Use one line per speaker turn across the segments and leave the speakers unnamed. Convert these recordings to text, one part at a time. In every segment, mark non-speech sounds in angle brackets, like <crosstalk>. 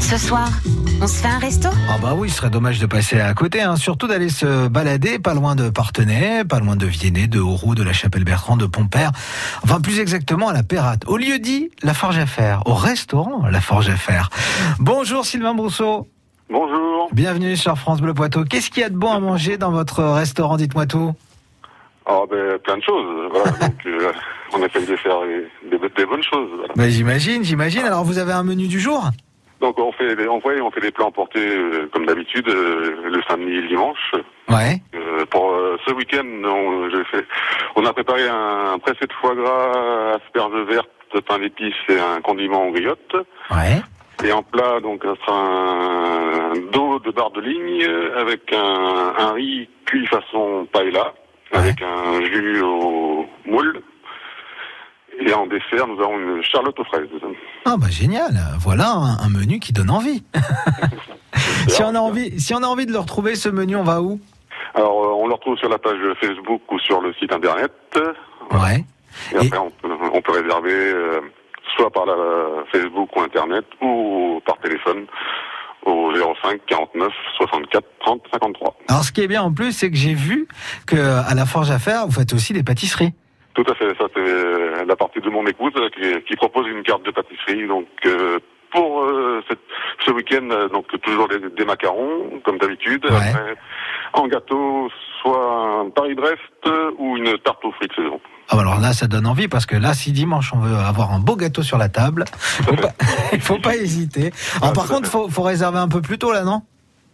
ce soir On se fait un resto
Ah bah oui, ce serait dommage de passer à côté, hein. surtout d'aller se balader pas loin de Partenay, pas loin de Viennet, de Hauroux, de la Chapelle Bertrand, de Pompère, enfin plus exactement à la Pérate, au lieu dit la Forge à Faire, au restaurant la Forge à Faire. Bonjour Sylvain Brousseau,
Bonjour.
bienvenue sur France Bleu Poitou. Qu'est-ce qu'il y a de bon à manger dans votre restaurant, dites-moi tout
Ah ben, plein de choses. Voilà, donc, euh, on essaye de faire des, des- des bonnes choses. voilà.
Bah j'imagine, j'imagine, alors vous avez un menu du jour
Donc, on fait, des- on, ouais, on fait des plats emportés euh, comme d'habitude euh, le samedi et le dimanche.
Ouais.
Euh, pour euh, ce week-end, on, je fais- on a préparé un pressé de foie gras, asperges vertes, pain d'épices et un condiment en griotte.
Ouais.
Et en plat, donc, ça sera un, dos de barre de ligne euh, avec un, un riz cuit façon paella, avec un jus au moule. Et en dessert, nous avons une charlotte aux fraises.
Ah bah génial, voilà un, un menu qui donne envie. si, on a
Alors,
envie si on a envie de le retrouver, ce menu, on va où
Alors, euh, on le retrouve sur la page Facebook ou sur le site internet.
Ouais.
Et, après, on peut, on peut réserver euh, soit par la Facebook ou internet ou par téléphone au 05 49 64 30 53.
Alors, ce qui est bien en plus, c'est que j'ai vu que à la Forge à faire, vous faites aussi des pâtisseries.
Tout à fait, ça c'est la partie de mon épouse euh, qui, qui propose une carte de pâtisserie. Donc euh, pour euh, cette- ce week-end, euh, donc toujours des, des macarons comme d'habitude,
Ouais.
Après, en gâteau, soit un Paris-Brest euh, ou une tarte aux fruits de saison.
Ah, bah alors là, ça donne envie parce que là, si dimanche on veut avoir un beau gâteau sur la table, faut pas- <laughs> il faut pas hésiter. Alors,
Ouais,
par
tout à
contre,
fait.
faut, faut réserver un peu plus tôt là, non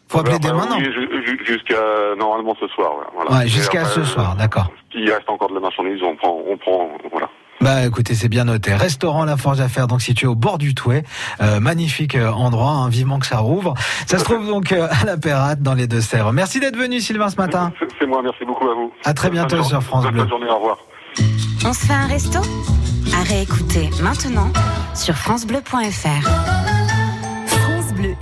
Faut appeler dès
Alors,
maintenant.
oui, ju- ju- jusqu'à normalement ce soir. Voilà.
Ouais, jusqu'à
Et après,
ce soir, d'accord.
S'il reste encore de la marchandise, on prend, on prend, voilà.
Bah écoutez, c'est bien noté. Restaurant La Forge à faire, donc situé au bord du Touet. Euh, magnifique euh, endroit, hein, vivement que ça rouvre. Ça se trouve donc euh, à la Pérate, dans les Deux-Sèvres. Merci d'être venu, Sylvain, ce matin.
C'est- C'est moi, merci beaucoup à vous.
À très bientôt
Bonne journée.
sur France Bleu.
Bonne journée, au revoir.
On se fait un resto À réécouter maintenant sur FranceBleu.fr.